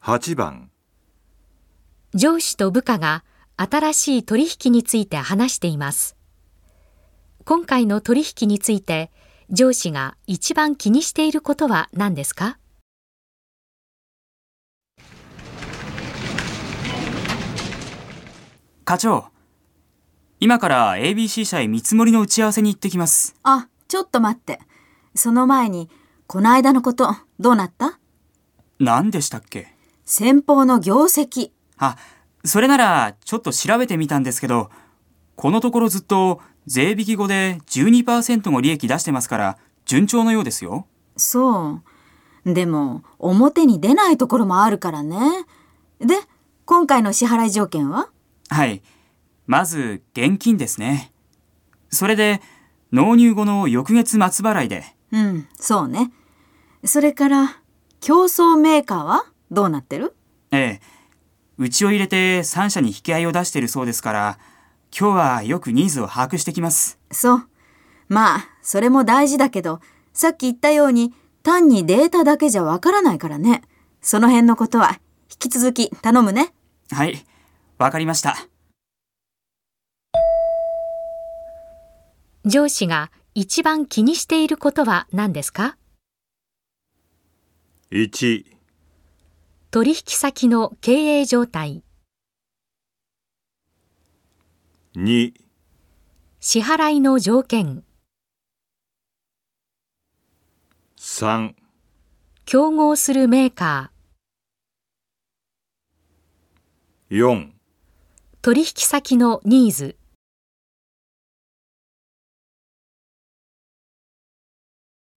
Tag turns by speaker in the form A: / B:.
A: 8番、
B: 上司と部下が新しい取引について話しています。今回の取引について、上司が一番気にしていることは何ですか
C: 課長今から ABC 社へ見積もりの打ち合わせに行ってきます
D: あ、ちょっと待って。その前に、この間のこと、どうなった
C: 何でしたっけ
D: 先方の業績。
C: あそれならちょっと調べてみたんですけどこのところずっと税引き後で12%の利益出してますから順調のようですよ
D: そう。でも、表に出ないところもあるからね。で、今回の支払い条件は
C: はいまず現金ですねそれで納入後の翌月末払いで
D: うん、そうね。それから、競争メーカーはどうなってる
C: ええうちを入れて3社に引き合いを出しているそうですから今日はよくニーズを把握してきます
D: そう。まあ、それも大事だけど、さっき言ったように、単にデータだけじゃわからないからね。その辺のことは、引き続き頼むね。
C: はいわかりました
B: 上司が一番気にしていることは何ですか
A: 1、
B: 取引先の経営状態、
A: 2、
B: 支払いの条件、
A: 3、
B: 競合するメーカ
A: 4
B: ー、取引先のニーズ、